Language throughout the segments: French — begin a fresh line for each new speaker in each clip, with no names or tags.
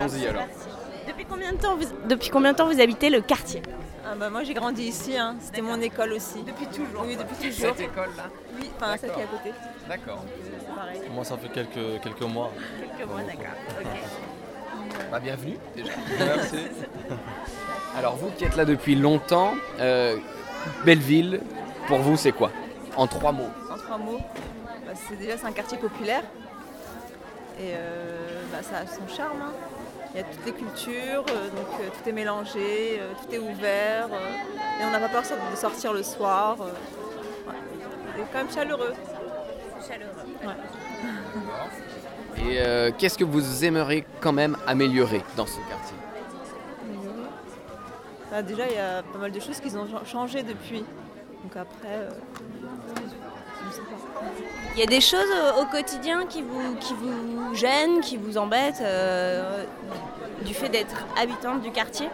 allons-y alors.
Depuis combien, de temps vous, depuis combien de temps vous habitez le quartier
Ah bah moi j'ai grandi ici, hein. c'était mon école aussi.
Depuis toujours.
Oui, depuis toujours.
Cette école là
Oui, enfin celle qui est à côté.
D'accord.
C'est pareil.
Moi, ça fait quelques, quelques mois.
Quelques mois, d'accord. Ok.
Bah, bienvenue déjà. alors vous qui êtes là depuis longtemps, euh, Belleville, pour vous c'est quoi En trois mots.
En trois mots, bah, c'est déjà c'est un quartier populaire et euh, bah, ça a son charme. hein. Il y a toutes les cultures, euh, donc euh, tout est mélangé, euh, tout est ouvert euh, et on n'a pas peur de sortir le soir. euh, ouais. C'est quand même chaleureux.
Chaleureux.
Et euh, qu'est-ce que vous aimeriez quand même améliorer dans ce quartier
Bah, déjà, il y a pas mal de choses qu'ils ont ch- changé depuis. Donc après, euh, je sais pas.
Il y a des choses euh, au quotidien qui vous, qui vous gênent, qui vous embêtent euh, du fait d'être habitante du quartier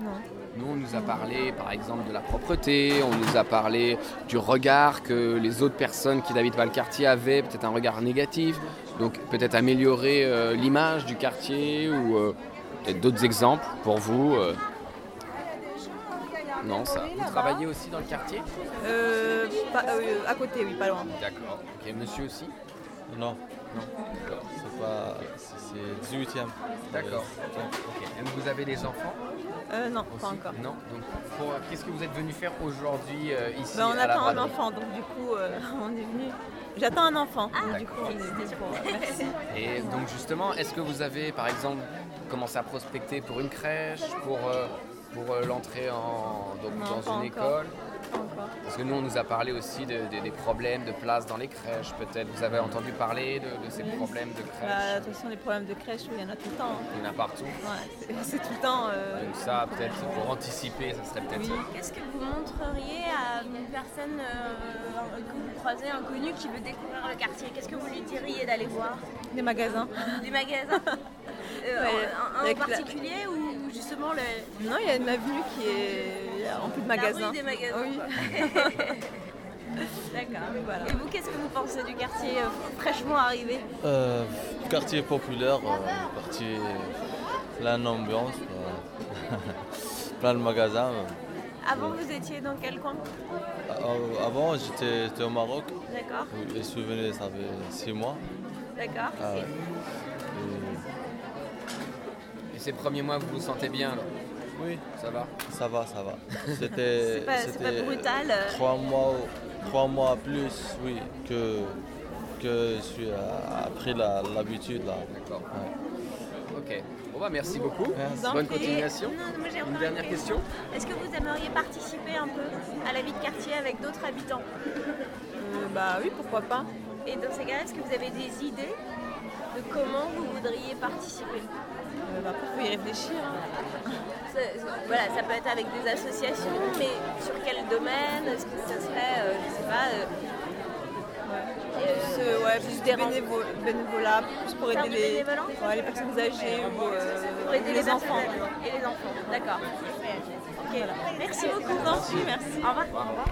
Non.
Nous, on nous a parlé par exemple de la propreté, on nous a parlé du regard que les autres personnes qui n'habitent pas le quartier avaient, peut-être un regard négatif, donc peut-être améliorer euh, l'image du quartier ou euh, peut-être d'autres exemples pour vous. euh. Non, ça. Vous travaillez aussi dans le quartier
Euh, pas- euh, à côté, oui, pas loin.
D'accord. Ok, monsieur aussi
Non,
D'accord.
c'est pas. c'est- C'est 18e.
D'accord.
Euh,
Ok. Et Vous avez des enfants
Euh, non,
aussi
pas encore.
Non. Donc, pour- euh, qu'est-ce que vous êtes venu faire aujourd'hui euh, ici
Bah, on
à la
attend un
braderie
enfant, donc du coup, euh, on est venu. J'attends un enfant. donc, du coup,
d'accord.
on est venu pour. euh, Merci.
Et donc justement, est-ce que vous avez par exemple commencé à prospecter pour une crèche, pour, euh, pour euh, l'entrée en, donc,
Non,
dans une
pas encore.
école
Pas encore.
Parce que nous, on nous a parlé aussi de- de- des problèmes de place dans les crèches, peut-être. Vous avez entendu parler de, de ces problèmes de
Bah,
crèche
attention, les problèmes de crèche, oui, il y en a tout le temps. hein.
Il y en a partout.
Ouais, c'est- c'est tout le temps. euh,
Donc ça, peut-être pour anticiper, ça serait peut-être...
Oui.
Qu'est-ce que vous montreriez à une personne euh, que vous croisez, inconnue, qui veut découvrir le quartier Qu'est-ce que vous lui diriez d'aller voir
Des magasins.
Des magasins Euh,
Ouais,
un, un en
avec la-
particulier ou justement le...
Non, il y a une avenue qui est il y a en plus de
la
magasins.
rue des magasins
Oui.
quoi. D'accord.
Oui, voilà.
Et vous, qu'est-ce que vous pensez du quartier euh, fraîchement arrivé
euh, quartier populaire, euh, quartier plein d'ambiance, euh, plein de magasins.
Avant, vous étiez dans quel coin
Euh, Avant, j'étais j'étais au Maroc.
D'accord,
Oui, Et je suis venu, ça fait 6 mois.
d'accord.
Ah ouais.
Et ces premiers mois, vous vous sentez bien alors
Et- oui,
Ça va
ça va, ça va. C'était
C'est pas- c'est pas
c'était
brutal, euh.
Trois mois, trois mois plus, oui, que que je suis euh, après la- l'habitude là.
D'accord.
Ouais.
Ok. Bon bah merci beaucoup.
Merci.
Bonne
Et-
continuation.
Non, moi, j'ai encore
Une dernière question
Est-ce que vous aimeriez participer un peu à la vie de quartier avec d'autres habitants
Euh, bah oui, pourquoi pas.
Et dans ces cas-là, est-ce que vous avez des idées de comment vous voudriez participer
Euh, bah, après, faut y réfléchir. hein.
Ça- ça- Voilà, ça peut être avec des associations, mais sur quel domaine Est-ce que ça serait, euh, je sais pas, euh,
Plus, euh, ouais, plus
des
de bénévo- bénévolat, plus pour
Faire
aider
du
les,
bénévolat
ouais, les personnes âgées ou euh,
pour aider
les,
personnes
enfants.
âgées Et les enfants, d'accord. Ok, merci beaucoup. Merci, merci. Au revoir.